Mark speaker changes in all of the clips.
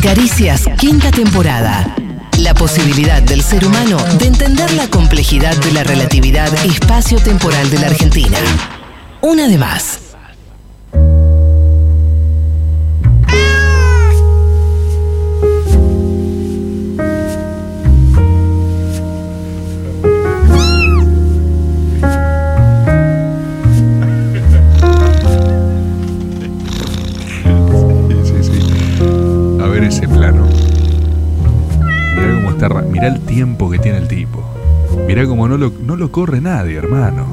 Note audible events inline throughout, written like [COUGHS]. Speaker 1: Caricias, quinta temporada. La posibilidad del ser humano de entender la complejidad de la relatividad espacio-temporal de la Argentina. Una de más.
Speaker 2: Sí, sí, sí. A ver ese plano. Mirá cómo está. ra- Mirá el tiempo que tiene el tipo. Mirá cómo no lo, no lo corre nadie, hermano.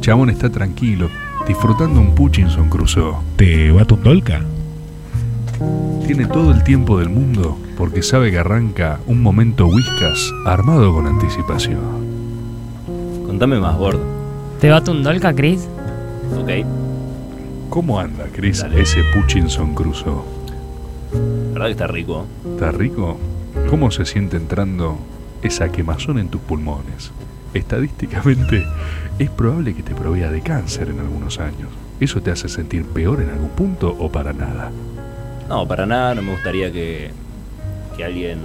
Speaker 2: Chabón está tranquilo, disfrutando un Puchinson Crusoe.
Speaker 3: ¿Te va a Tundolca?
Speaker 2: Tiene todo el tiempo del mundo porque sabe que arranca un momento Whiskas armado con anticipación.
Speaker 4: Contame más, gordo.
Speaker 5: ¿Te va Tundolca, Chris?
Speaker 4: Ok.
Speaker 2: ¿Cómo anda, Chris,
Speaker 4: Dale.
Speaker 2: ese Puchinson Crusoe?
Speaker 4: ¿Verdad que está rico?
Speaker 2: ¿Está rico? ¿Cómo se siente entrando esa quemazón en tus pulmones? Estadísticamente, es probable que te provea de cáncer en algunos años. ¿Eso te hace sentir peor en algún punto o para nada?
Speaker 4: No, para nada, no me gustaría que, que alguien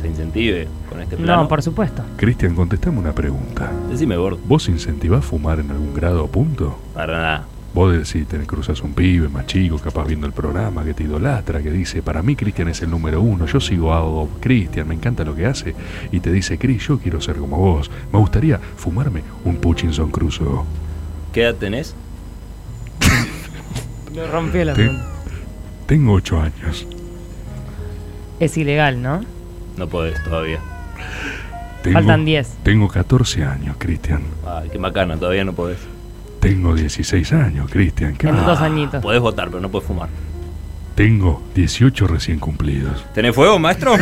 Speaker 4: se incentive con este plano.
Speaker 5: No, por supuesto.
Speaker 2: Cristian, contestame una pregunta.
Speaker 4: Decime, gordo.
Speaker 2: ¿Vos incentivás fumar en algún grado o punto?
Speaker 4: Para nada.
Speaker 2: Vos decís, te cruzas un pibe más chico, capaz viendo el programa, que te idolatra, que dice, para mí Cristian es el número uno, yo sigo a Bob Cristian, me encanta lo que hace, y te dice, Cris, yo quiero ser como vos, me gustaría fumarme un Puchinson Crusoe.
Speaker 4: ¿Qué edad tenés?
Speaker 5: Lo rompió la
Speaker 2: Te-
Speaker 5: pregunta.
Speaker 2: Tengo ocho años,
Speaker 5: Es ilegal, ¿no?
Speaker 4: No podés todavía.
Speaker 2: tengo,
Speaker 5: Faltan 10.
Speaker 2: tengo 14 años, Cristian,
Speaker 4: Ay, qué macana, todavía no podés.
Speaker 2: tengo 16 años, Cristian, ¿Qué
Speaker 5: En
Speaker 2: más?
Speaker 5: dos añitos.
Speaker 4: Podés votar, pero no podés fumar.
Speaker 2: tengo 18 recién cumplidos.
Speaker 4: ¿Tenés fuego, maestro?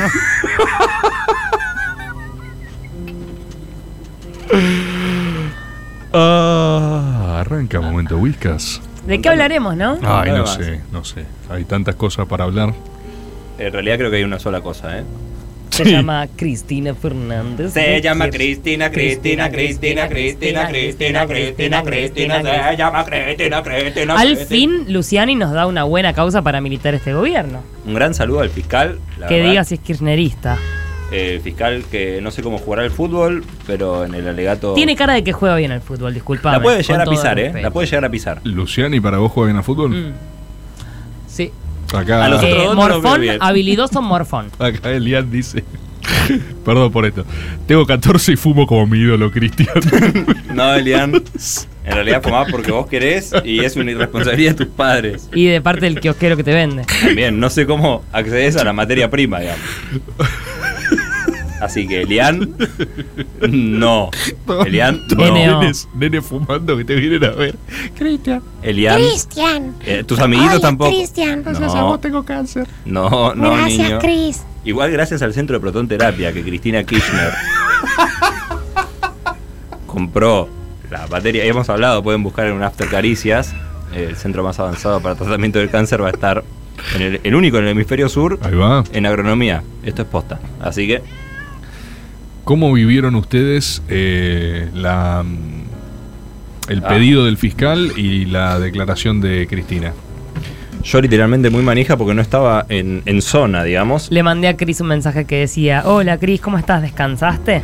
Speaker 2: Ah, arranca momento Whiskas.
Speaker 5: ¿De qué hablaremos, no?
Speaker 2: Ay, no
Speaker 4: más.
Speaker 2: sé, no sé, hay tantas cosas para hablar.
Speaker 4: [LAUGHS] en realidad creo que hay una sola cosa, ¿eh?
Speaker 5: Se llama Cristina Fernández.
Speaker 6: Se llama Cristina,
Speaker 5: Kirchner.
Speaker 6: Cristina, Cristina, Cristina, Cristina, Cristina, Cristina, se llama Cristina, Cristina.
Speaker 5: Al
Speaker 6: Cristina.
Speaker 5: fin, Luciani nos da una buena causa para militar este gobierno.
Speaker 4: Un gran saludo al fiscal. la
Speaker 5: que
Speaker 4: verdad.
Speaker 5: diga si es kirchnerista.
Speaker 4: Eh, El fiscal que no sé cómo jugará el fútbol, pero en el alegato.
Speaker 5: Tiene cara de que juega bien al fútbol, disculpame.
Speaker 4: Oh. La puede
Speaker 5: con
Speaker 4: llegar a
Speaker 5: todo
Speaker 4: pisar, ¿eh?
Speaker 5: respeto.
Speaker 4: La puede llegar a pisar.
Speaker 2: Luciani, ¿para vos juegan a fútbol?
Speaker 5: Mm. Sí.
Speaker 2: Acá,
Speaker 4: A los
Speaker 5: Eh,
Speaker 4: otros dos no los veo
Speaker 5: morfón,
Speaker 4: bien.
Speaker 5: habilidoso morfón.
Speaker 2: acá Elian dice. [LAUGHS] Perdón por esto. Tengo 14 y fumo como mi ídolo,
Speaker 4: [LAUGHS]
Speaker 2: Cristian.
Speaker 4: No, Elian. En realidad fumás porque vos querés y es una irresponsabilidad de tus padres.
Speaker 5: Y de parte del kiosquero que te vende.
Speaker 4: También, no sé cómo accedes a la materia prima, digamos. Así que, Elian. No. Elian, no.
Speaker 5: Nene.
Speaker 2: Nenes, nenes fumando que te vienen a ver. Cristian,
Speaker 4: Elian.
Speaker 7: Cristian.
Speaker 4: eh, tus amiguitos
Speaker 7: Hola,
Speaker 4: tampoco.
Speaker 7: Cristian. pues,
Speaker 2: gracias
Speaker 4: No.
Speaker 2: a vos tengo cáncer.
Speaker 4: No, no,
Speaker 7: Gracias,
Speaker 4: niño.
Speaker 7: Cris.
Speaker 4: Igual gracias al centro de protonterapia que Cristina Kirchner compró la batería. Hemos hablado, pueden buscar en un After Caricias. El centro más avanzado para tratamiento del cáncer va a estar en el, el único en el hemisferio sur
Speaker 2: Ahí va.
Speaker 4: en agronomía. Esto es posta. Así que
Speaker 2: ¿Cómo vivieron ustedes eh, la, mm, el
Speaker 4: Ah.
Speaker 2: pedido del fiscal y la declaración de Cristina?
Speaker 4: yo literalmente muy manija porque no estaba en, en zona, digamos.
Speaker 5: Le mandé a Cris un mensaje que decía, hola Cris, ¿cómo estás? ¿Descansaste?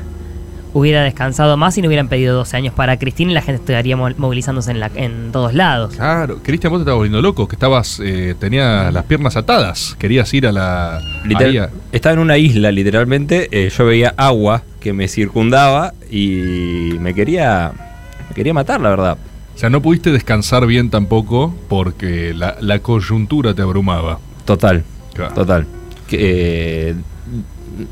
Speaker 5: Hubiera descansado más si no hubieran pedido 12 años para Cristina y la gente estaría mo- movilizándose en, la- en todos lados.
Speaker 2: Claro, Cristian, vos te estabas volviendo loco, que estabas, eh, tenías las piernas atadas, querías ir a la...
Speaker 4: Literal-
Speaker 2: ahí a-
Speaker 4: estaba en una isla, literalmente. eh, yo veía agua que me circundaba y me quería, me quería matar, la verdad.
Speaker 2: O sea, no pudiste descansar bien tampoco porque la, la coyuntura te abrumaba.
Speaker 4: Total,
Speaker 2: Claro.
Speaker 4: total. Que, eh,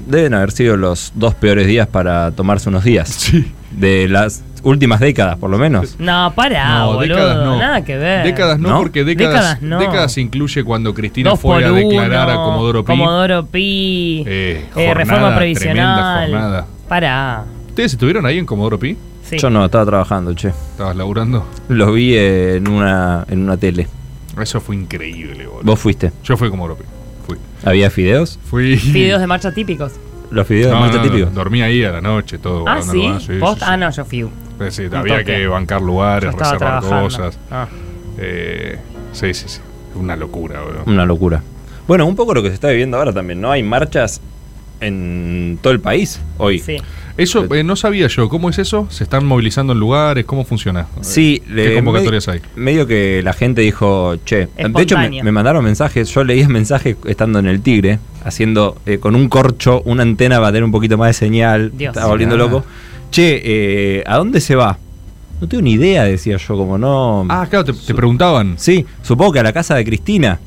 Speaker 4: deben haber sido los dos peores días para tomarse unos días.
Speaker 2: [LAUGHS] Sí.
Speaker 4: De las últimas décadas, por lo menos.
Speaker 5: No, pará,
Speaker 2: No,
Speaker 5: boludo.
Speaker 2: décadas no.
Speaker 5: Nada que ver.
Speaker 2: Décadas no,
Speaker 4: ¿No?
Speaker 2: porque décadas, décadas,
Speaker 5: Décadas no.
Speaker 2: incluye cuando Cristina
Speaker 5: Dos
Speaker 2: fue
Speaker 5: por
Speaker 2: a
Speaker 5: uno,
Speaker 2: declarar a Comodoro Pi.
Speaker 5: Comodoro Pi,
Speaker 2: Eh,
Speaker 5: eh,
Speaker 2: jornada,
Speaker 5: reforma
Speaker 2: tremenda jornada.
Speaker 5: previsional. Pará.
Speaker 2: ¿Ustedes estuvieron ahí en Comodoro Pi?
Speaker 5: Sí.
Speaker 4: Yo no, estaba trabajando, che.
Speaker 2: ¿Estabas laburando?
Speaker 4: Lo vi eh, en una, en una tele.
Speaker 2: Eso fue increíble, boludo.
Speaker 4: Vos fuiste.
Speaker 2: Yo fui a Comodoro Pi. Fui.
Speaker 4: ¿Había fideos?
Speaker 2: Fui. [LAUGHS]
Speaker 5: Videos de marcha típicos.
Speaker 4: Los fideos
Speaker 2: No,
Speaker 4: más
Speaker 2: no, no,
Speaker 4: típicos.
Speaker 2: dormí ahí a la noche, todo.
Speaker 5: Ah,
Speaker 2: guardando
Speaker 5: sí.
Speaker 2: lugar, sí,
Speaker 5: Post-
Speaker 2: sí,
Speaker 5: Ah,
Speaker 2: sí.
Speaker 5: no, yo fui.
Speaker 2: Sí, sí, había
Speaker 5: toque.
Speaker 2: que bancar
Speaker 5: Yo
Speaker 2: lugares,
Speaker 5: estaba
Speaker 2: reservar
Speaker 5: trabajando.
Speaker 2: cosas.
Speaker 5: Ah.
Speaker 4: Mm.
Speaker 2: Eh, sí, sí, sí. Una locura, boludo.
Speaker 4: Una locura. Bueno, un poco lo que se está viviendo ahora también, ¿no? Hay marchas en todo el país hoy.
Speaker 5: Sí.
Speaker 2: Eso eh, no sabía yo. ¿Cómo es eso? ¿Se están movilizando en lugares? ¿Cómo funciona?
Speaker 4: Sí,
Speaker 2: ¿Qué
Speaker 4: eh,
Speaker 2: convocatorias hay?
Speaker 4: me- Medio que la gente dijo, che, de hecho me,
Speaker 5: Espontáneo.
Speaker 4: me mandaron mensajes, yo leí el mensaje estando en el Tigre, haciendo eh, con un corcho, una antena para tener un poquito más de señal,
Speaker 5: Dios.
Speaker 4: estaba volviendo
Speaker 2: Ah.
Speaker 4: loco. Che, eh, ¿a dónde se va? No tengo ni idea, decía yo, como no...
Speaker 2: Ah, claro, te, te preguntaban.
Speaker 4: Sí, supongo que a la casa de Cristina.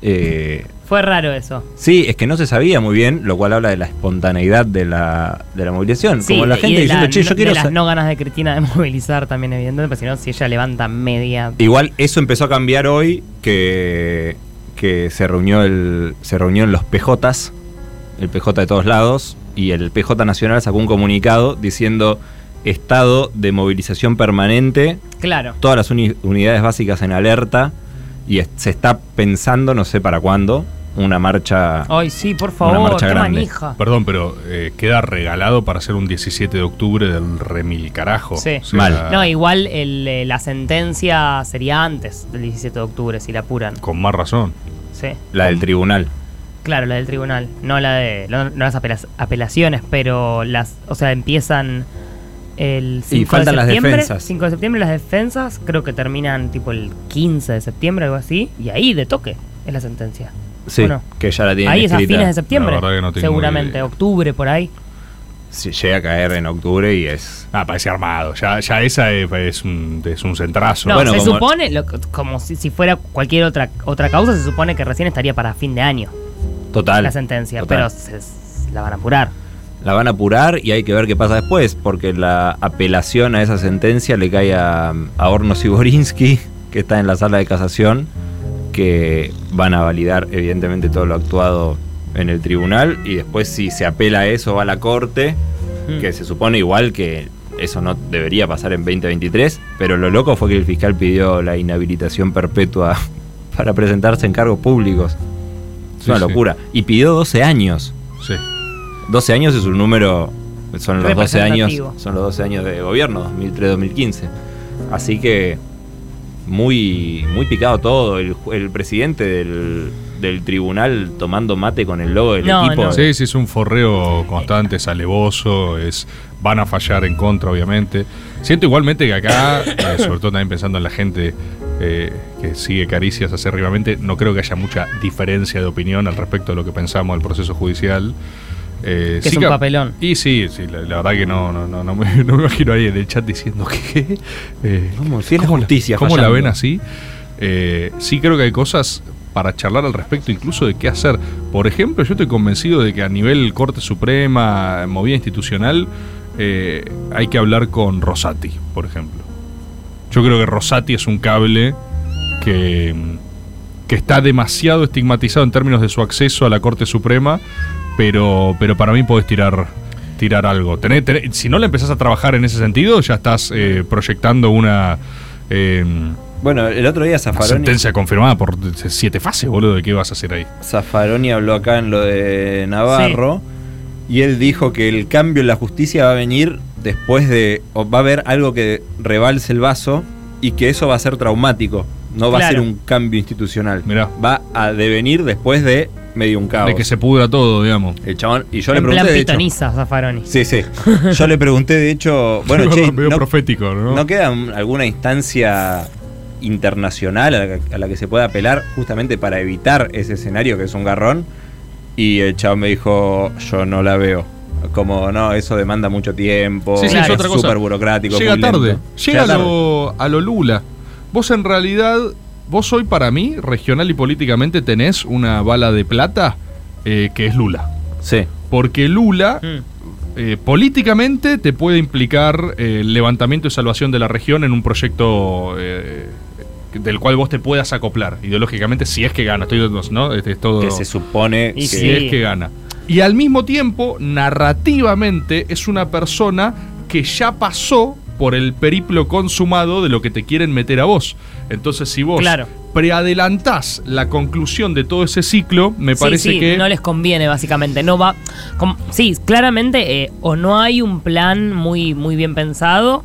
Speaker 4: Eh,
Speaker 5: Fue raro eso.
Speaker 4: sí, es que no se sabía muy bien, lo cual habla de la espontaneidad de la, de la movilización.
Speaker 5: Sí,
Speaker 4: como la
Speaker 5: y
Speaker 4: gente
Speaker 5: de
Speaker 4: diciendo,
Speaker 5: la-
Speaker 4: che, yo
Speaker 5: de
Speaker 4: quiero... sa-
Speaker 5: las no ganas de Cristina de [LAUGHS] movilizar también, evidentemente, porque si no, si ella levanta media.
Speaker 4: Igual eso empezó a cambiar hoy que, que se reunió el se reunieron los PJs, el PJ de todos lados y el PJ Nacional sacó un comunicado diciendo estado de movilización permanente,
Speaker 5: Claro.
Speaker 4: todas las uni- unidades básicas en alerta y es- se está pensando no sé para cuándo una marcha
Speaker 5: Ay, sí, por
Speaker 4: Una
Speaker 5: favor,
Speaker 4: marcha
Speaker 5: qué
Speaker 4: grande.
Speaker 5: manija.
Speaker 2: Perdón, pero eh, queda regalado para hacer un 17 de octubre del remil carajo.
Speaker 5: Sí.
Speaker 4: Mal.
Speaker 5: No, igual el, eh, la sentencia sería antes del 17 de octubre, si la apuran.
Speaker 2: Con más razón.
Speaker 5: Sí.
Speaker 4: la del tribunal.
Speaker 5: Claro, la del tribunal, no la de no, no las apela- apelaciones, pero las, o sea, empiezan el 5
Speaker 4: faltan
Speaker 5: de
Speaker 4: las
Speaker 5: septiembre,
Speaker 4: defensas.
Speaker 5: 5 de septiembre las defensas, creo que terminan tipo el 15 de septiembre algo así, y ahí de toque es la sentencia.
Speaker 4: Sí,
Speaker 5: Bueno,
Speaker 4: que ya la tienen
Speaker 5: ahí es a
Speaker 4: escrita.
Speaker 5: fines de septiembre,
Speaker 2: La verdad que no tengo
Speaker 5: seguramente
Speaker 2: idea.
Speaker 5: octubre por ahí.
Speaker 4: Si llega a caer en octubre y es
Speaker 2: Ah, parece armado. Ya, ya esa es, es un, es un centrazo.
Speaker 5: No,
Speaker 4: Bueno,
Speaker 5: se
Speaker 4: como-
Speaker 5: supone lo- como si, si fuera cualquier otra otra causa, se supone que recién estaría para fin de año
Speaker 4: total.
Speaker 5: la sentencia,
Speaker 4: total.
Speaker 5: pero se- se la van a apurar.
Speaker 4: La van a apurar y hay que ver qué pasa después, porque la apelación a esa sentencia le cae a, a Hornos Iborinsky, que está en la sala de casación, que van a validar evidentemente todo lo actuado en el tribunal y después si se apela a eso va a la corte,
Speaker 2: Hmm.
Speaker 5: Mm.
Speaker 4: que se supone igual que eso no debería pasar en 2023, pero lo loco fue que el fiscal pidió la inhabilitación perpetua [LAUGHS] para presentarse en cargos públicos. Es
Speaker 2: Sí,
Speaker 4: una
Speaker 2: sí.
Speaker 4: locura. Y pidió 12 años.
Speaker 2: Sí.
Speaker 4: 12 años es un número, son los 12 años,
Speaker 5: Representativo.
Speaker 4: son los 12 años de gobierno, 2003-2015. Así que muy muy picado todo, el, ju- el presidente del, del tribunal tomando mate con el logo del
Speaker 5: No,
Speaker 4: equipo.
Speaker 5: no.
Speaker 2: Sí, sí, es un forreo constante, es alevoso, es, van a fallar en contra, obviamente. Siento igualmente que
Speaker 5: [COUGHS]
Speaker 2: acá, eh, sobre todo también pensando en la gente eh, que sigue caricias acérrimamente, no creo que haya mucha diferencia de opinión al respecto de lo que pensamos del proceso judicial. Eh,
Speaker 5: Que es un papelón.
Speaker 2: Y sí, sí la, la verdad que no, no, no, no, me, [LAUGHS] no me imagino ahí en el chat diciendo [LAUGHS] que... eh,
Speaker 4: Vamos, si es la
Speaker 2: ¿Cómo
Speaker 4: justicia
Speaker 2: ¿Cómo la
Speaker 4: fallando?
Speaker 2: ven así? Eh, sí creo que hay cosas para charlar al respecto, incluso de qué hacer. Por ejemplo, yo estoy convencido de que a nivel Corte Suprema, movida institucional, eh, hay que hablar con Rosati, por ejemplo. Yo creo que Rosati es un cable que, que está demasiado estigmatizado en términos de su acceso a la Corte Suprema, pero, pero para mí podés tirar, tirar algo. Tené- tené- si no la empezás a trabajar en ese sentido, ya estás eh, proyectando una eh,
Speaker 4: Bueno, el otro día Zaffaroni,
Speaker 2: sentencia confirmada por siete fases, boludo, de qué vas a hacer ahí.
Speaker 4: Zaffaroni habló acá en lo de Navarro y él dijo que el cambio en la justicia va a venir después de o va a haber algo que rebalse el vaso y que eso va a ser traumático. No va a ser
Speaker 5: Claro.
Speaker 4: un cambio institucional.
Speaker 2: Mirá.
Speaker 4: Va a devenir después de medio un caos.
Speaker 2: De que se pudra todo, digamos.
Speaker 4: El chabón, y yo le
Speaker 5: en plan
Speaker 4: pregunté de hecho,
Speaker 5: pitoniza Zaffaroni.
Speaker 4: Sí, sí. Yo le pregunté de hecho,
Speaker 2: [LAUGHS]
Speaker 4: bueno, che,
Speaker 2: medio
Speaker 4: no-
Speaker 2: profético, ¿no?
Speaker 4: ¿No queda mm, alguna instancia internacional a la, que- a la que se pueda apelar justamente para evitar ese escenario que es un garrón? Y el chavo me dijo, yo no la veo. Como, no, eso demanda mucho tiempo,
Speaker 2: Sí, sí,
Speaker 5: es
Speaker 4: es
Speaker 2: otra cosa.
Speaker 4: súper burocrático.
Speaker 2: Llega
Speaker 4: muy lento".
Speaker 2: tarde. Llega,
Speaker 4: tarde.
Speaker 2: a, lo, a lo Lula. Vos en realidad, vos hoy para mí, regional y políticamente, tenés una bala de plata eh, que es Lula.
Speaker 4: Sí,
Speaker 2: Porque Lula,
Speaker 5: Mm.
Speaker 2: eh, políticamente, te puede implicar eh, el levantamiento y salvación de la región en un proyecto eh, del cual vos te puedas acoplar. Ideológicamente, si es que gana. Estoy, ¿no? Este es todo
Speaker 4: que se supone
Speaker 5: Y
Speaker 4: que...
Speaker 2: si
Speaker 5: sí.
Speaker 2: es que gana. Y al mismo tiempo, narrativamente, es una persona que ya pasó por el periplo consumado de lo que te quieren meter a vos. Entonces, si vos
Speaker 5: Claro.
Speaker 2: preadelantás la conclusión de todo ese ciclo, me
Speaker 5: Sí,
Speaker 2: parece
Speaker 5: sí,
Speaker 2: que...
Speaker 5: no les conviene básicamente no va como- sí claramente eh, o no hay un plan muy muy bien pensado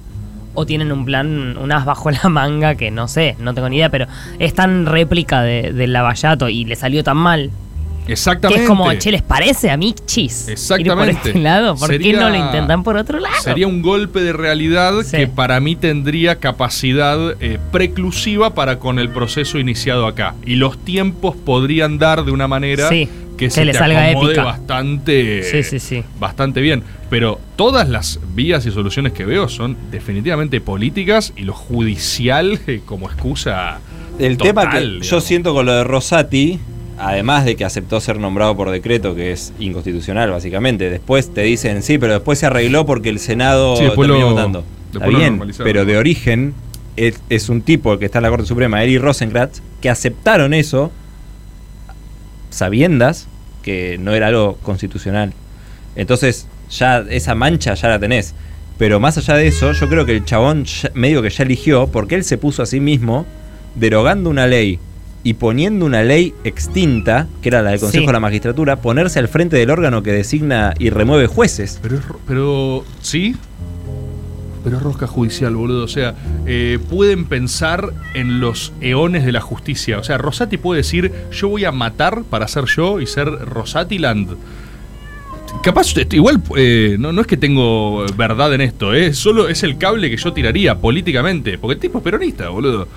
Speaker 5: o tienen un plan un as bajo la manga que no sé no tengo ni idea pero es tan réplica de, del Lavallato y le salió tan mal Que
Speaker 2: Exactamente.
Speaker 5: es como, che, ¿les parece a mí chis? Ir por
Speaker 2: Exactamente.
Speaker 5: este lado, ¿por qué
Speaker 2: Sería-
Speaker 5: no lo intentan por otro lado?
Speaker 2: Sería un golpe de realidad
Speaker 5: Sí.
Speaker 2: que para mí tendría capacidad eh, preclusiva para con el proceso iniciado acá. Y los tiempos podrían dar de una manera
Speaker 5: Sí,
Speaker 2: que
Speaker 5: que
Speaker 2: se
Speaker 5: le
Speaker 2: te
Speaker 5: salga
Speaker 2: acomode
Speaker 5: épica.
Speaker 2: bastante.
Speaker 5: Sí, sí, sí.
Speaker 2: Bastante bien. Pero todas las vías y soluciones que veo son definitivamente políticas y lo judicial eh, como excusa.
Speaker 4: El
Speaker 2: Total,
Speaker 4: tema que
Speaker 2: digamos.
Speaker 4: yo siento con lo de Rosati, además de que aceptó ser nombrado por decreto, que es inconstitucional básicamente, después te dicen sí, pero después se arregló porque el Senado
Speaker 2: Sí, después
Speaker 4: terminó
Speaker 2: lo-
Speaker 4: votando. Está
Speaker 2: después lo
Speaker 4: bien,
Speaker 2: normalizaron.
Speaker 4: pero de origen es, es un tipo que está en la Corte Suprema, Eri Rosenkratz, que aceptaron eso sabiendas que no era algo constitucional. Entonces, ya esa mancha ya la tenés. Pero más allá de eso, yo creo que el chabón ya- medio que ya eligió, porque él se puso a sí mismo derogando una ley y poniendo una ley extinta, que era la del Consejo
Speaker 5: Sí.
Speaker 4: de la Magistratura, ponerse al frente del órgano que designa y remueve jueces.
Speaker 2: Pero, es ro- pero sí, pero es rosca judicial, boludo. O sea, eh, pueden pensar en los eones de la justicia. O sea, Rosati puede decir, yo voy a matar para ser yo y ser Rosatiland. Capaz, este, igual, eh, no, no es que tengo verdad en esto, eh, solo es el cable que yo tiraría políticamente, porque el tipo es peronista, boludo.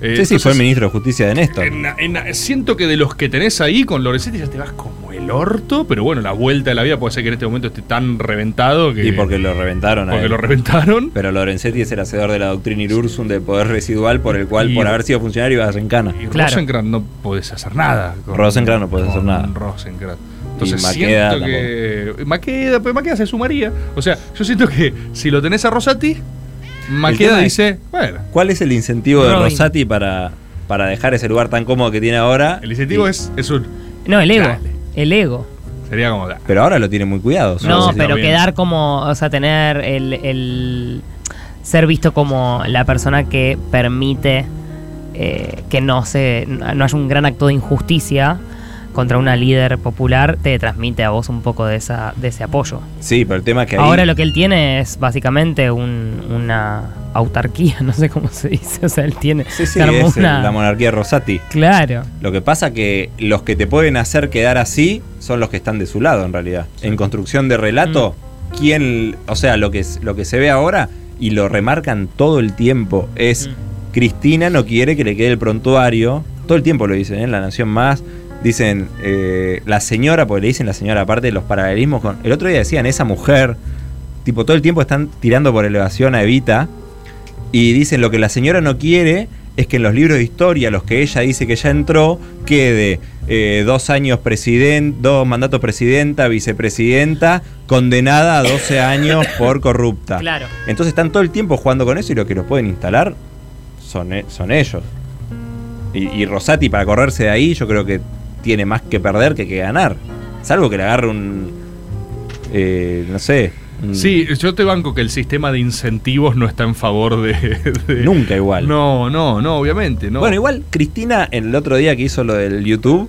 Speaker 2: Eh,
Speaker 4: sí, sí, fue el
Speaker 2: entonces,
Speaker 4: ministro de Justicia de Néstor.
Speaker 2: en- en- siento que de los que tenés ahí con Lorenzetti ya te vas como el orto, pero bueno, la vuelta de la vida puede ser que en este momento esté tan reventado que.
Speaker 4: Y porque lo reventaron a
Speaker 2: porque
Speaker 4: él.
Speaker 2: lo reventaron.
Speaker 4: Pero Lorenzetti es el hacedor de la doctrina Irursum de poder residual por el cual,
Speaker 2: Y-
Speaker 4: por haber sido funcionario, ibas en cana.
Speaker 2: Y
Speaker 5: Claro.
Speaker 2: Rosencrantz no podés hacer nada.
Speaker 4: Rosencrantz no podés hacer
Speaker 2: con
Speaker 4: nada.
Speaker 2: Rosencrantz. Entonces
Speaker 4: Y Maqueda
Speaker 2: siento que. Maqueda, pero Maqueda se sumaría. O sea, yo siento que si lo tenés a Rosati, Maqueda
Speaker 4: tema es-
Speaker 2: dice, bueno.
Speaker 4: ¿Cuál es el incentivo de
Speaker 5: Robin.
Speaker 4: Rosati para, para dejar ese lugar tan cómodo que tiene ahora?
Speaker 2: El incentivo
Speaker 4: Y-
Speaker 2: es, es un.
Speaker 5: No, el ego.
Speaker 2: Dale.
Speaker 5: El ego.
Speaker 2: Sería como. ah,
Speaker 4: Pero ahora lo tiene muy cuidado.
Speaker 2: No,
Speaker 5: No,
Speaker 2: sí,
Speaker 5: pero
Speaker 2: también.
Speaker 5: quedar como, o sea, tener el, el- ser visto como la persona que permite eh, que no se no haya un gran acto de injusticia contra una líder popular, te transmite a vos un poco de esa de ese apoyo.
Speaker 4: Sí, pero el tema es que ahí-
Speaker 5: Ahora lo que él tiene es básicamente un- una autarquía, [LAUGHS] no sé cómo se dice, o sea, él tiene
Speaker 4: Sí, sí,
Speaker 5: se armó
Speaker 4: es el-
Speaker 5: una-
Speaker 4: la monarquía de Rosati.
Speaker 5: Claro.
Speaker 4: Lo que pasa que los que te pueden hacer quedar así son los que están de su lado, en realidad. En construcción de relato, quién, o sea, lo que, es- lo que se ve ahora y lo remarcan todo el tiempo es Cristina no quiere que le quede el prontuario. Todo el tiempo lo dicen, ¿eh? en La Nación Más. Dicen eh, la señora, porque le dicen la señora, aparte de los paralelismos con. El otro día decían esa mujer. Tipo, todo el tiempo están tirando por elevación a Evita. Y dicen lo que la señora no quiere es que en los libros de historia, los que ella dice que ya entró, quede eh, dos años presidente, dos mandatos presidenta, vicepresidenta, condenada a 12 años por corrupta.
Speaker 5: Claro.
Speaker 4: Entonces están todo el tiempo jugando con eso y los que los pueden instalar son, e- son ellos. Y, y Rosati para correrse de ahí yo creo que tiene más que perder que que ganar. Salvo que le agarre un... eh, no sé. un-
Speaker 2: Sí, yo te banco que el sistema de incentivos no está en favor de. de-
Speaker 4: Nunca igual.
Speaker 2: No, no, no, obviamente. No.
Speaker 4: Bueno, igual Cristina el otro día que hizo lo del YouTube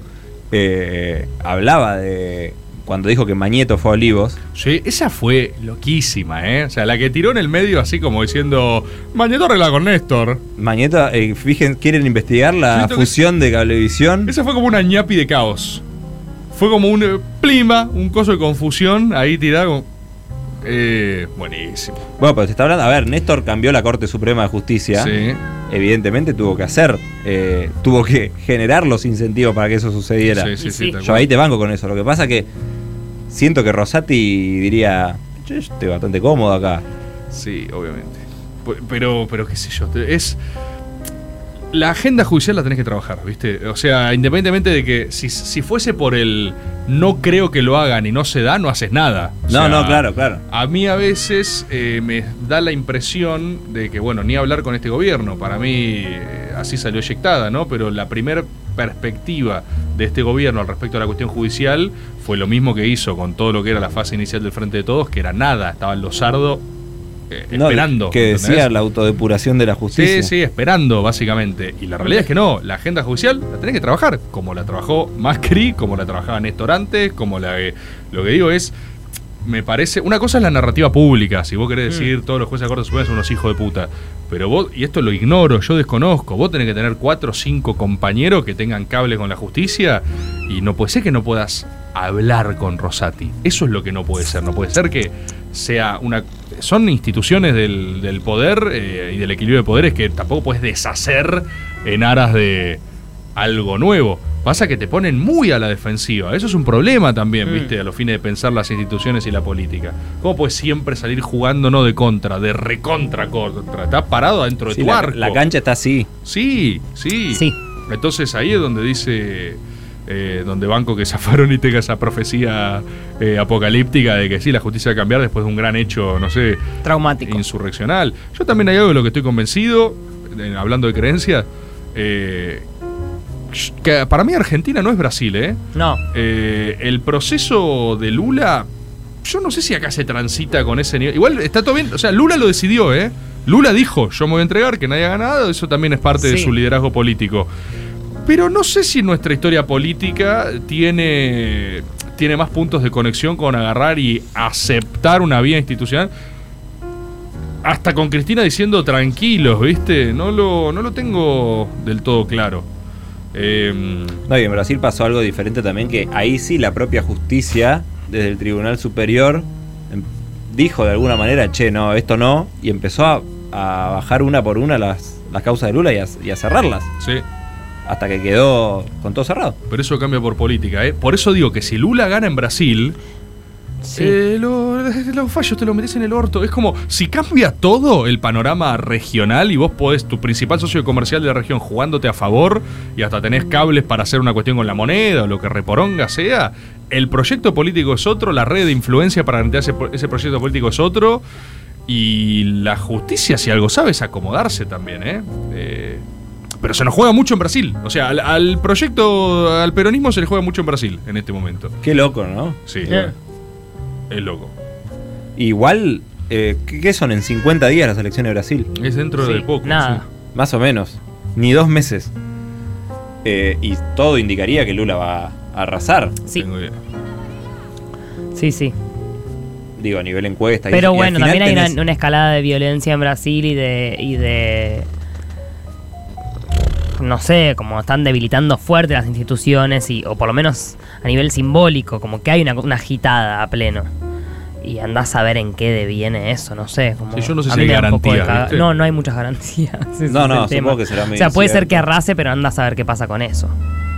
Speaker 4: eh, hablaba de... Cuando dijo que Mañeto fue a Olivos.
Speaker 2: Sí, esa fue loquísima, ¿eh? O sea, la que tiró en el medio así como diciendo, Mañeto arregla con Néstor.
Speaker 4: Mañeto, eh, fíjense, quieren investigar la
Speaker 2: Siento que-
Speaker 4: fusión de cablevisión.
Speaker 2: Esa fue como una ñapi de caos. Fue como un eh, plima, un coso de confusión ahí tirado. Eh, buenísimo.
Speaker 4: Bueno, pero se está hablando... A ver, Néstor cambió la Corte Suprema de Justicia.
Speaker 2: Sí.
Speaker 4: evidentemente tuvo que hacer, eh, tuvo que generar los incentivos para que eso sucediera.
Speaker 2: Sí, sí,
Speaker 5: Y
Speaker 2: sí,
Speaker 5: sí.
Speaker 2: tal
Speaker 4: Yo
Speaker 2: cual.
Speaker 4: ahí te banco con eso. Lo que pasa que siento que Rosati diría, "Che, yo estoy bastante cómodo acá.
Speaker 2: Sí, obviamente. P- Pero, pero qué sé yo, te- es... La agenda judicial la tenés que trabajar, ¿viste? O sea, independientemente de que si, si fuese por el no creo que lo hagan y no se da, no haces nada. O
Speaker 4: No,
Speaker 2: sea,
Speaker 4: no, claro, claro.
Speaker 2: A mí a veces eh, me da la impresión de que, bueno, ni hablar con este gobierno. Para mí eh, así salió eyectada, ¿no? Pero la primera perspectiva de este gobierno al respecto a la cuestión judicial fue lo mismo que hizo con todo lo que era la fase inicial del Frente de Todos, que era nada, estaba el losardo eh,
Speaker 4: No,
Speaker 2: esperando.
Speaker 4: que
Speaker 2: ¿entendés?
Speaker 4: decía la autodepuración de la
Speaker 2: Sí,
Speaker 4: justicia.
Speaker 2: sí, esperando, básicamente. Y la realidad es que no, la agenda judicial la tenés que trabajar, como la trabajó Macri, como la trabajaba Néstor antes, como la que- Lo que eh, digo es, me parece. Una cosa es la narrativa pública, si vos querés decir todos los jueces de la Corte Suprema son unos hijos de puta. Pero vos, y esto lo ignoro, yo desconozco, vos tenés que tener cuatro o cinco compañeros que tengan cable con la justicia y no puede ser que no puedas hablar con Rosati. Eso es lo que no puede ser. No puede ser que sea una. Son instituciones del, del poder eh, y del equilibrio de poderes que tampoco puedes deshacer en aras de algo nuevo. Pasa que te ponen muy a la defensiva. Eso es un problema también, ¿viste? A los fines de pensar las instituciones y la política. ¿Cómo puedes siempre salir jugando no de contra, de recontra contra? Estás parado adentro de
Speaker 4: Sí,
Speaker 2: tu
Speaker 4: la,
Speaker 2: arco.
Speaker 4: la cancha está así.
Speaker 2: Sí, sí.
Speaker 5: Sí.
Speaker 2: Entonces ahí es donde dice. eh, donde banco que [LAUGHS] zafaron y tenga esa profecía eh, apocalíptica de que sí, la justicia va a cambiar después de un gran hecho, no sé,
Speaker 5: Traumático.
Speaker 2: insurreccional. Yo también hay algo de lo que estoy convencido, eh, hablando de creencias, eh, que para mí Argentina no es Brasil, ¿eh?
Speaker 5: No.
Speaker 2: Eh, el proceso de Lula, yo no sé si acá se transita con ese nivel. Igual está todo bien, o sea, Lula lo decidió, ¿eh? Lula dijo, yo me voy a entregar, que nadie haga nada, eso también es parte de
Speaker 5: Sí.
Speaker 2: su liderazgo político. Pero no sé si nuestra historia política tiene, tiene más puntos de conexión con agarrar y aceptar una vía institucional. Hasta con Cristina diciendo tranquilos, ¿viste? No lo, no lo tengo del todo claro. Em,
Speaker 4: No, y en Brasil pasó algo diferente también, que ahí sí la propia justicia, desde el Tribunal Superior, em, dijo de alguna manera, che, no, esto no, y empezó a, a bajar una por una las, las causas de Lula y a, y a cerrarlas,
Speaker 2: sí.
Speaker 4: hasta que quedó con todo cerrado.
Speaker 2: Pero eso cambia por política, ¿eh? Por eso digo que si Lula gana en Brasil,
Speaker 5: Sí.
Speaker 2: eh, lo- los fallos te lo metes en el orto. Es como si cambia todo el panorama regional y vos podés, tu principal socio comercial de la región, jugándote a favor y hasta tenés cables para hacer una cuestión con la moneda o lo que reporonga sea. El proyecto político es otro, la red de influencia para garantizar ese, pro- ese proyecto político es otro. Y la justicia, si algo sabe, es acomodarse también, ¿eh? Eh, pero se nos juega mucho en Brasil. O sea, al, al proyecto, al peronismo se le juega mucho en Brasil en este momento.
Speaker 4: Qué loco, ¿no?
Speaker 2: Sí.
Speaker 5: Eh.
Speaker 2: Es loco.
Speaker 4: Igual, eh, ¿qué qué son en 50 días las elecciones de Brasil?
Speaker 2: Es dentro
Speaker 5: Sí,
Speaker 2: de poco.
Speaker 5: nada.
Speaker 4: Más o menos, ni dos meses. Eh, y todo indicaría que Lula va a arrasar,
Speaker 2: Sí.
Speaker 5: Sí,
Speaker 2: Tengo idea.
Speaker 5: sí, sí.
Speaker 4: digo, a nivel encuesta. y- y
Speaker 5: Pero
Speaker 4: al
Speaker 5: bueno,
Speaker 4: final
Speaker 5: también hay
Speaker 4: tenés-
Speaker 5: una, una escalada de violencia en Brasil y de, y de. No sé, como están debilitando fuerte las instituciones, y, o por lo menos a nivel simbólico, como que hay una, una agitada a pleno. Y andás a ver en qué deviene eso, no sé. Como
Speaker 2: Sí, yo no sé
Speaker 5: a
Speaker 2: si
Speaker 5: mí
Speaker 2: hay
Speaker 5: me da un poco de
Speaker 2: garantías,
Speaker 5: caga-
Speaker 2: ¿viste?
Speaker 5: No, no hay muchas garantías. [LAUGHS] ese es
Speaker 4: No,
Speaker 5: el
Speaker 4: no,
Speaker 5: tema.
Speaker 4: supongo que será
Speaker 5: O
Speaker 4: medio
Speaker 5: sea, puede ser que
Speaker 4: incierto.
Speaker 5: arrase, pero andás a ver qué pasa con eso.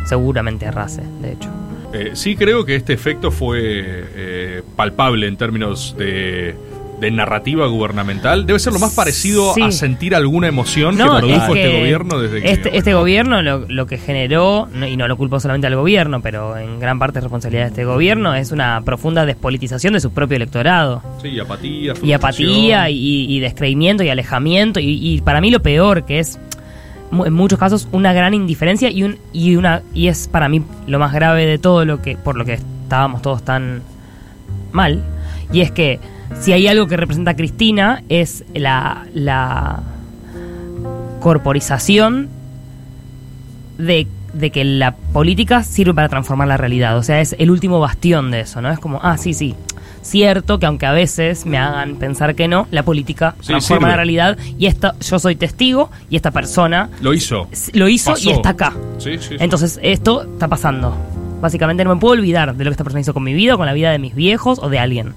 Speaker 5: Seguramente arrase, de hecho.
Speaker 2: Eh, sí creo que este efecto fue eh, palpable en términos de, de narrativa gubernamental. Debe ser lo más parecido
Speaker 5: Sí.
Speaker 2: a sentir alguna emoción
Speaker 5: No,
Speaker 2: que produjo
Speaker 5: es
Speaker 2: este
Speaker 5: que
Speaker 2: gobierno desde que...
Speaker 5: Este, este gobierno lo, lo que generó, no- y no lo culpo solamente al gobierno, pero en gran parte es responsabilidad de este gobierno, es una profunda despolitización de su propio electorado.
Speaker 2: Sí, apatía.
Speaker 5: Y
Speaker 2: frustración.
Speaker 5: apatía, y, y descreimiento, y alejamiento, y, y para mí lo peor que es, mu- en muchos casos, una gran indiferencia, y, un, y, una, y es para mí lo más grave de todo lo que por lo que estábamos todos tan mal, y es que si hay algo que representa a Cristina es la, la corporización de, de que la política sirve para transformar la realidad. O sea, es el último bastión de eso, ¿no? Es como, ah, sí, sí. Cierto que aunque a veces me hagan pensar que no, la política
Speaker 2: Sí,
Speaker 5: transforma
Speaker 2: sirve.
Speaker 5: la realidad y esta, yo soy testigo y esta persona
Speaker 2: Lo hizo.
Speaker 5: s- lo hizo
Speaker 2: Pasó.
Speaker 5: y está acá.
Speaker 2: Sí, sí, sí.
Speaker 5: Entonces, esto está pasando. Básicamente no me puedo olvidar de lo que esta persona hizo con mi vida, o con la vida de mis viejos o de alguien.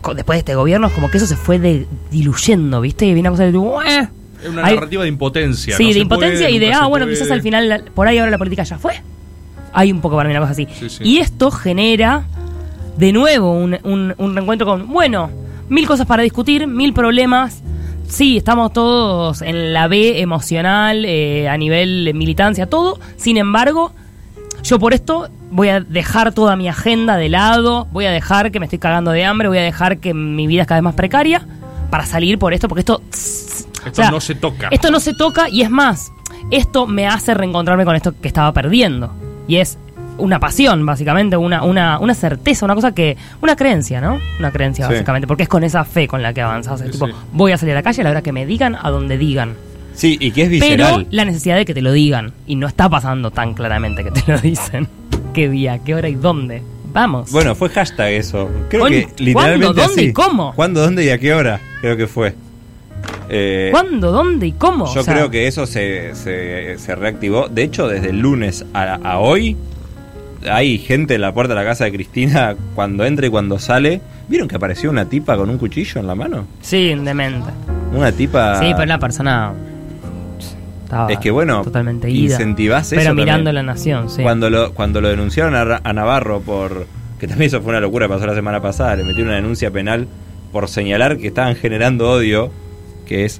Speaker 5: Co- Después de este gobierno, es como que eso se fue de- diluyendo, ¿viste? Y viene una cosa de... "Ueh".
Speaker 2: Es una
Speaker 5: Hay-
Speaker 2: narrativa de impotencia.
Speaker 5: Sí,
Speaker 2: no
Speaker 5: de
Speaker 2: se
Speaker 5: impotencia
Speaker 2: puede,
Speaker 5: y de,
Speaker 2: nunca
Speaker 5: ah,
Speaker 2: se
Speaker 5: bueno,
Speaker 2: puede.
Speaker 5: quizás al final, la- por ahí ahora la política ya fue. Hay un poco para mí una cosa así.
Speaker 2: Sí, sí.
Speaker 5: Y esto genera, de nuevo, un, un- un reencuentro con, bueno, mil cosas para discutir, mil problemas. Sí, estamos todos en la B emocional, eh, a nivel de militancia, todo. Sin embargo, yo por esto voy a dejar toda mi agenda de lado, voy a dejar que me estoy cagando de hambre, voy a dejar que mi vida es cada vez más precaria para salir por esto, porque esto...
Speaker 2: Esto no se toca.
Speaker 5: Esto no se toca y es más, esto me hace reencontrarme con esto que estaba perdiendo. Y es una pasión, básicamente, una, una, una certeza, una cosa que... Una creencia, ¿no? Una creencia,
Speaker 4: Sí.
Speaker 5: básicamente, porque es con esa fe con la que avanzas. Es
Speaker 2: Sí,
Speaker 5: tipo,
Speaker 2: sí.
Speaker 5: voy a salir a la calle a la hora que me digan, a donde digan.
Speaker 4: Sí, y que es
Speaker 5: Pero
Speaker 4: visceral.
Speaker 5: la necesidad de que [LAUGHS] te lo digan. Y no está pasando tan claramente que te lo dicen. ¿Qué día? ¿Qué hora y dónde? Vamos.
Speaker 4: Bueno, fue hashtag eso. Creo
Speaker 5: ¿Cuándo?
Speaker 4: que literalmente
Speaker 5: ¿Cuándo? ¿Dónde
Speaker 4: así.
Speaker 5: y cómo?
Speaker 4: ¿Cuándo, dónde y a qué hora? Creo que fue. Eh,
Speaker 5: ¿Cuándo, dónde y cómo?
Speaker 4: Yo
Speaker 5: O sea,
Speaker 4: creo que eso se, se- se reactivó. De hecho, desde el lunes a, a hoy hay gente en la puerta de la casa de Cristina cuando entra y cuando sale. ¿Vieron que apareció una tipa con un cuchillo en la mano?
Speaker 5: Sí, un demente.
Speaker 4: Una tipa...
Speaker 5: Sí, pero una persona. Estaba
Speaker 4: Ah. Es que bueno,
Speaker 5: Totalmente ida.
Speaker 4: incentivás eso
Speaker 5: Pero mirando
Speaker 4: también.
Speaker 5: la nación, sí.
Speaker 4: Cuando lo, cuando lo denunciaron a, Ra- a Navarro por. que también eso fue una locura que pasó la semana pasada, le metieron una denuncia penal por señalar que estaban generando odio, que es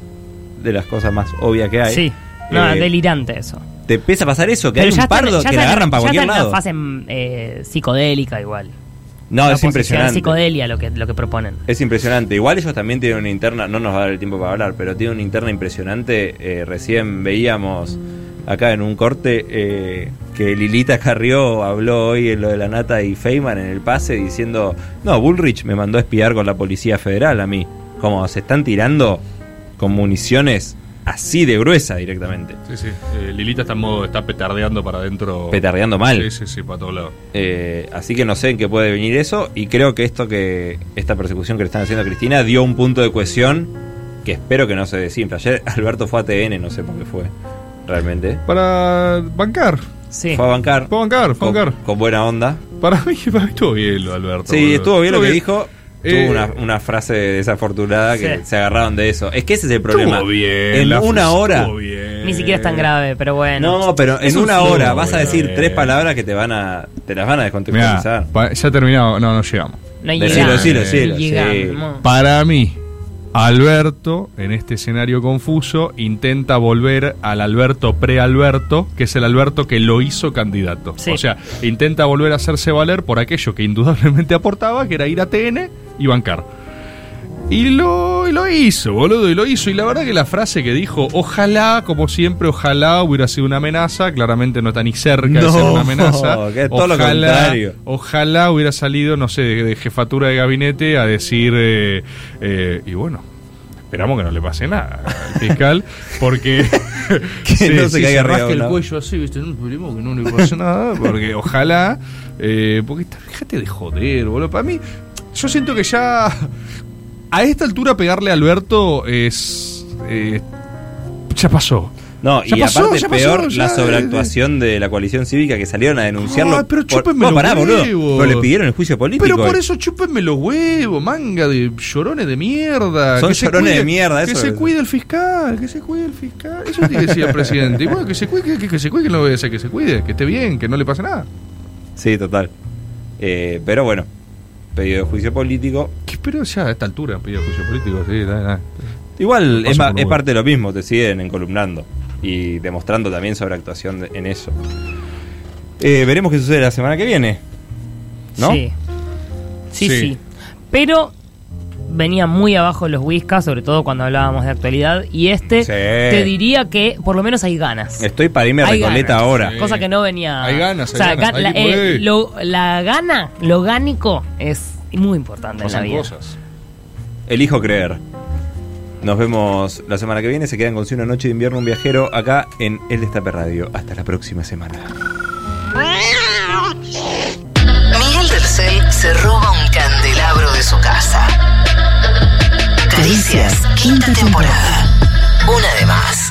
Speaker 4: de las cosas más obvias que hay.
Speaker 5: Sí. No,
Speaker 4: Eh,
Speaker 5: delirante eso.
Speaker 4: Te empieza a pasar eso, que
Speaker 5: Pero
Speaker 4: hay un
Speaker 5: ya están-
Speaker 4: pardo
Speaker 5: ya
Speaker 4: que la
Speaker 5: están-
Speaker 4: agarran para
Speaker 5: ya
Speaker 4: cualquier
Speaker 5: están en
Speaker 4: lado.
Speaker 5: una fase mm, eh, psicodélica igual.
Speaker 4: No,
Speaker 5: Una
Speaker 4: es
Speaker 5: posición
Speaker 4: impresionante.
Speaker 5: psicodelia lo que, lo que proponen.
Speaker 4: Es impresionante. Igual ellos también tienen una interna, no nos va a dar el tiempo para hablar, pero tienen una interna impresionante. Eh, recién veíamos acá en un corte eh, que Lilita Carrió habló hoy en lo de la nata y Feynman en el pase diciendo, no, Bullrich me mandó a espiar con la Policía Federal a mí. Como se están tirando con municiones así de gruesa directamente.
Speaker 2: Sí, sí. Eh, Lilita está, en modo, está petardeando para adentro.
Speaker 4: Petardeando mal.
Speaker 2: Sí, sí, sí, para todos lados.
Speaker 4: Eh, así que no sé en qué puede venir eso. Y creo que esto que. esta persecución que le están haciendo a Cristina dio un punto de cohesión que espero que no se desinfle. Ayer [LAUGHS] Alberto fue a TN, no sé por qué fue. Realmente.
Speaker 2: Para bancar.
Speaker 5: Sí.
Speaker 4: Fue a bancar.
Speaker 2: Para bancar, para
Speaker 4: Con,
Speaker 2: bancar.
Speaker 4: con buena onda.
Speaker 2: Para mí, [LAUGHS] para mí estuvo bien lo de Alberto.
Speaker 4: Sí,
Speaker 2: boludo.
Speaker 4: estuvo bien lo que dijo.
Speaker 2: Eh,
Speaker 4: Tuvo una, una frase desafortunada que
Speaker 5: Sí.
Speaker 4: se agarraron de eso. Es que ese es el
Speaker 2: Estuvo
Speaker 4: problema.
Speaker 2: bien.
Speaker 4: en
Speaker 2: la
Speaker 4: una
Speaker 2: frase
Speaker 4: hora.
Speaker 2: estuvo bien.
Speaker 5: Ni siquiera es tan grave, pero bueno.
Speaker 4: eh, No, pero
Speaker 2: Es
Speaker 4: en
Speaker 2: un
Speaker 4: una
Speaker 2: flow,
Speaker 4: hora vas a
Speaker 2: boludo.
Speaker 4: decir tres palabras que te van a. te las van a
Speaker 2: Mirá,
Speaker 4: descontextualizar.
Speaker 2: pa- ya terminado. No, no llegamos.
Speaker 5: no hay
Speaker 4: decilo,
Speaker 2: decilo,
Speaker 4: decilo, sí.
Speaker 5: Ah.
Speaker 2: Para mí, Alberto, en este escenario confuso, intenta volver al Alberto pre-Alberto, que es el Alberto que lo hizo candidato.
Speaker 5: Sí.
Speaker 2: O sea, intenta volver a hacerse valer por aquello que indudablemente aportaba, que era ir a TN y bancar. Y lo, y lo hizo, boludo, y lo hizo. Y la verdad que la frase que dijo, ojalá, como siempre, ojalá hubiera sido una amenaza, claramente no está ni cerca de
Speaker 4: No,
Speaker 2: ser una amenaza.
Speaker 4: [LAUGHS] que es todo lo contrario.
Speaker 2: Ojalá hubiera salido, no sé, de, de jefatura de gabinete a decir, eh, eh, y bueno, esperamos que no le pase nada al fiscal, porque
Speaker 4: [LAUGHS]
Speaker 2: [LAUGHS]
Speaker 4: Que no se caiga arriba
Speaker 2: rasque
Speaker 4: de un
Speaker 2: el
Speaker 4: lado.
Speaker 2: cuello así, viste, no esperemos que no [LAUGHS] le pase nada, porque ojalá, eh, porque está- fíjate de joder, boludo, para mí, yo siento que ya a esta altura pegarle a Alberto es... eh, ya pasó.
Speaker 4: No,
Speaker 2: Ya
Speaker 4: y
Speaker 2: pasó,
Speaker 4: aparte
Speaker 2: ya pasó,
Speaker 4: peor
Speaker 2: ya,
Speaker 4: la
Speaker 2: eh,
Speaker 4: sobreactuación de la coalición cívica que salieron a denunciarlo.
Speaker 2: Ah, pero
Speaker 4: por-
Speaker 2: chúpenme
Speaker 4: no,
Speaker 2: los
Speaker 4: pará, boludo.
Speaker 2: huevos.
Speaker 4: Pero le pidieron el juicio político.
Speaker 2: Pero por
Speaker 4: eh.
Speaker 2: eso chúpenme los huevos, manga de llorones de mierda.
Speaker 4: Son
Speaker 2: se
Speaker 4: llorones de mierda,
Speaker 2: Que
Speaker 4: eso
Speaker 2: se
Speaker 4: es.
Speaker 2: cuide el fiscal, que se cuide el fiscal. Eso tiene que decir el presidente. Y bueno, que se cuide, que, que se cuide, que no obedece, que se cuide, que esté bien, que no le pase nada.
Speaker 4: Sí, total. Eh, pero bueno, pedido de juicio político.
Speaker 2: ¿Qué pero ya a esta altura pidió juicio político? Sí, da, da.
Speaker 4: Igual
Speaker 2: Paso
Speaker 4: es, ma-
Speaker 2: por
Speaker 4: es
Speaker 2: Uber.
Speaker 4: parte de lo mismo, te siguen encolumnando y demostrando también sobreactuación de- en eso. Eh, veremos qué sucede la semana que viene. ¿No?
Speaker 5: Sí. Sí,
Speaker 2: Sí.
Speaker 5: sí. Pero venía muy abajo los Whiskas, sobre todo cuando hablábamos de actualidad. Y este
Speaker 4: Sí.
Speaker 5: te diría que por lo menos hay ganas.
Speaker 4: Estoy para irme a
Speaker 5: Hay
Speaker 4: Recoleta
Speaker 5: ganas.
Speaker 4: ahora.
Speaker 2: Sí.
Speaker 5: Cosa que no venía.
Speaker 2: Hay ganas, hay
Speaker 5: o sea,
Speaker 2: ganas,
Speaker 5: ga-
Speaker 2: hay
Speaker 5: la,
Speaker 2: que poder.
Speaker 5: eh, lo- la gana, lo gánico es muy importante en la
Speaker 2: Pasan
Speaker 5: vida.
Speaker 2: cosas.
Speaker 4: Elijo creer. Nos vemos la semana que viene. Se quedan con Si una noche de invierno un viajero acá en El Destape Radio. Hasta la próxima semana.
Speaker 1: Miguel del Cel se roba un candelabro de su casa. Caricias, quinta temporada. Una de más.